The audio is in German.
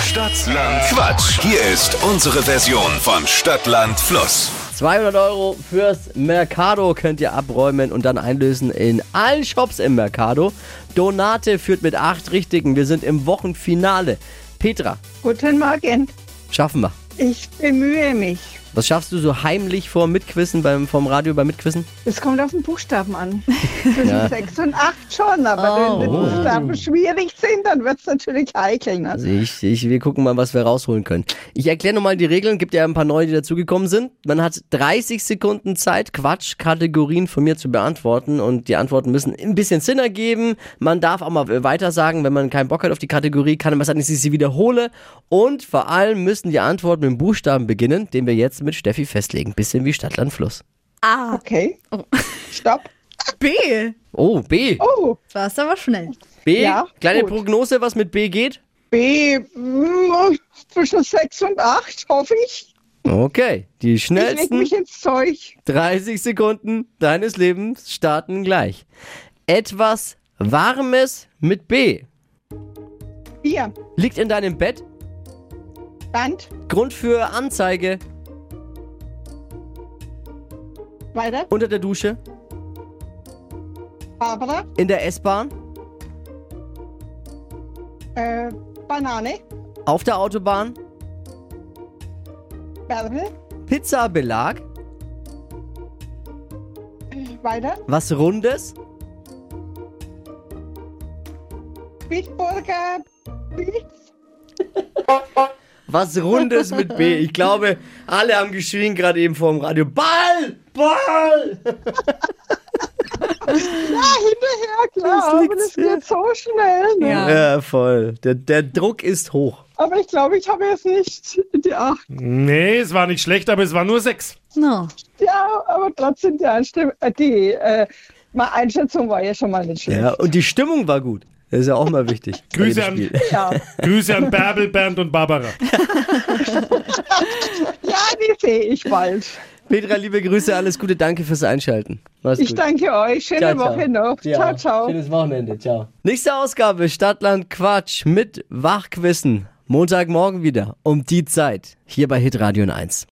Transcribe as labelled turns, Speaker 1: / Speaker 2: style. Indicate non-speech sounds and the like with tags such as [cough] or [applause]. Speaker 1: Stadtland Quatsch. Hier ist unsere Version von Stadtland Fluss.
Speaker 2: 200 Euro fürs Mercado könnt ihr abräumen und dann einlösen in allen Shops im Mercado. Donate führt mit acht Richtigen. Wir sind im Wochenfinale. Petra,
Speaker 3: Guten Morgen.
Speaker 2: schaffen wir.
Speaker 3: Ich bemühe mich.
Speaker 2: Was schaffst du so heimlich vor Mitquissen beim, vom Radio beim Mitquissen?
Speaker 3: Es kommt auf den Buchstaben an. Zwischen sechs und acht schon, aber wenn die Buchstaben schwierig sind, dann wird es natürlich heikel. Ne?
Speaker 2: Ich, ich, wir gucken mal, was wir rausholen können. Ich erkläre nochmal die Regeln, gibt ja ein paar neue, die dazugekommen sind. Man hat 30 Sekunden Zeit, Quatschkategorien von mir zu beantworten und die Antworten müssen ein bisschen Sinn ergeben. Man darf auch mal äh, weiter sagen, wenn man keinen Bock hat auf die Kategorie, kann man sagen, dass ich sie wiederhole. Und vor allem müssen die Antworten mit dem Buchstaben beginnen, den wir jetzt mit Steffi festlegen. Bisschen wie Stadt, Land, Fluss.
Speaker 4: A.
Speaker 3: Okay, [laughs] stopp.
Speaker 4: B.
Speaker 2: Oh, B.
Speaker 3: Oh,
Speaker 4: Warst aber schnell.
Speaker 2: B.
Speaker 3: ja,
Speaker 2: Kleine
Speaker 3: gut.
Speaker 2: Prognose, was mit B geht?
Speaker 3: B, mm, zwischen sechs und acht, hoffe ich.
Speaker 2: Okay. Die
Speaker 3: Ich leg
Speaker 2: schnellsten
Speaker 3: mich ins Zeug.
Speaker 2: 30 Sekunden deines Lebens starten gleich. Etwas Warmes mit B
Speaker 3: Bier,
Speaker 2: liegt in deinem Bett.
Speaker 3: Band,
Speaker 2: Grund für Anzeige
Speaker 3: weiter.
Speaker 2: unter der Dusche,
Speaker 3: Barbara,
Speaker 2: in der S-Bahn,
Speaker 3: äh, Banane,
Speaker 2: auf der Autobahn,
Speaker 3: Bärbel,
Speaker 2: Pizzabelag,
Speaker 3: weiter.
Speaker 2: was Rundes,
Speaker 3: Bitburger, Ah, Pilz,
Speaker 2: was Rundes mit B. Ich glaube, alle haben geschrien gerade eben vor dem Radio. Ball! Ball!
Speaker 3: ah, hinterher, klar, aber das geht so schnell. Ne?
Speaker 4: Ja.
Speaker 2: Ja, voll. Der, der Druck ist hoch.
Speaker 3: Aber ich glaube, ich habe jetzt nicht die acht.
Speaker 5: Nee, es war nicht schlecht, aber es war nur sechs.
Speaker 4: No.
Speaker 3: Ja, aber trotzdem die, Einstimm äh, die äh, meine Einschätzung war ja schon mal nicht schlecht.
Speaker 2: Ja, und die Stimmung war gut. Das ist ja auch mal wichtig. bei
Speaker 5: Grüße
Speaker 2: jedem
Speaker 5: an-
Speaker 2: Spiel.
Speaker 3: Ja,
Speaker 5: Grüße an Bärbel, Bernd und Barbara.
Speaker 3: ja die sehe ich bald.
Speaker 2: Petra, liebe Grüße, alles Gute, danke fürs Einschalten. Mach's
Speaker 3: Ich
Speaker 2: gut.
Speaker 3: danke euch. Schöne Woche noch. Ciao, ciao.
Speaker 2: Schönes Wochenende, ciao. Nächste Ausgabe Stadtland Quatsch mit Wachquissen. Montagmorgen wieder um die Zeit hier bei Hitradio 1.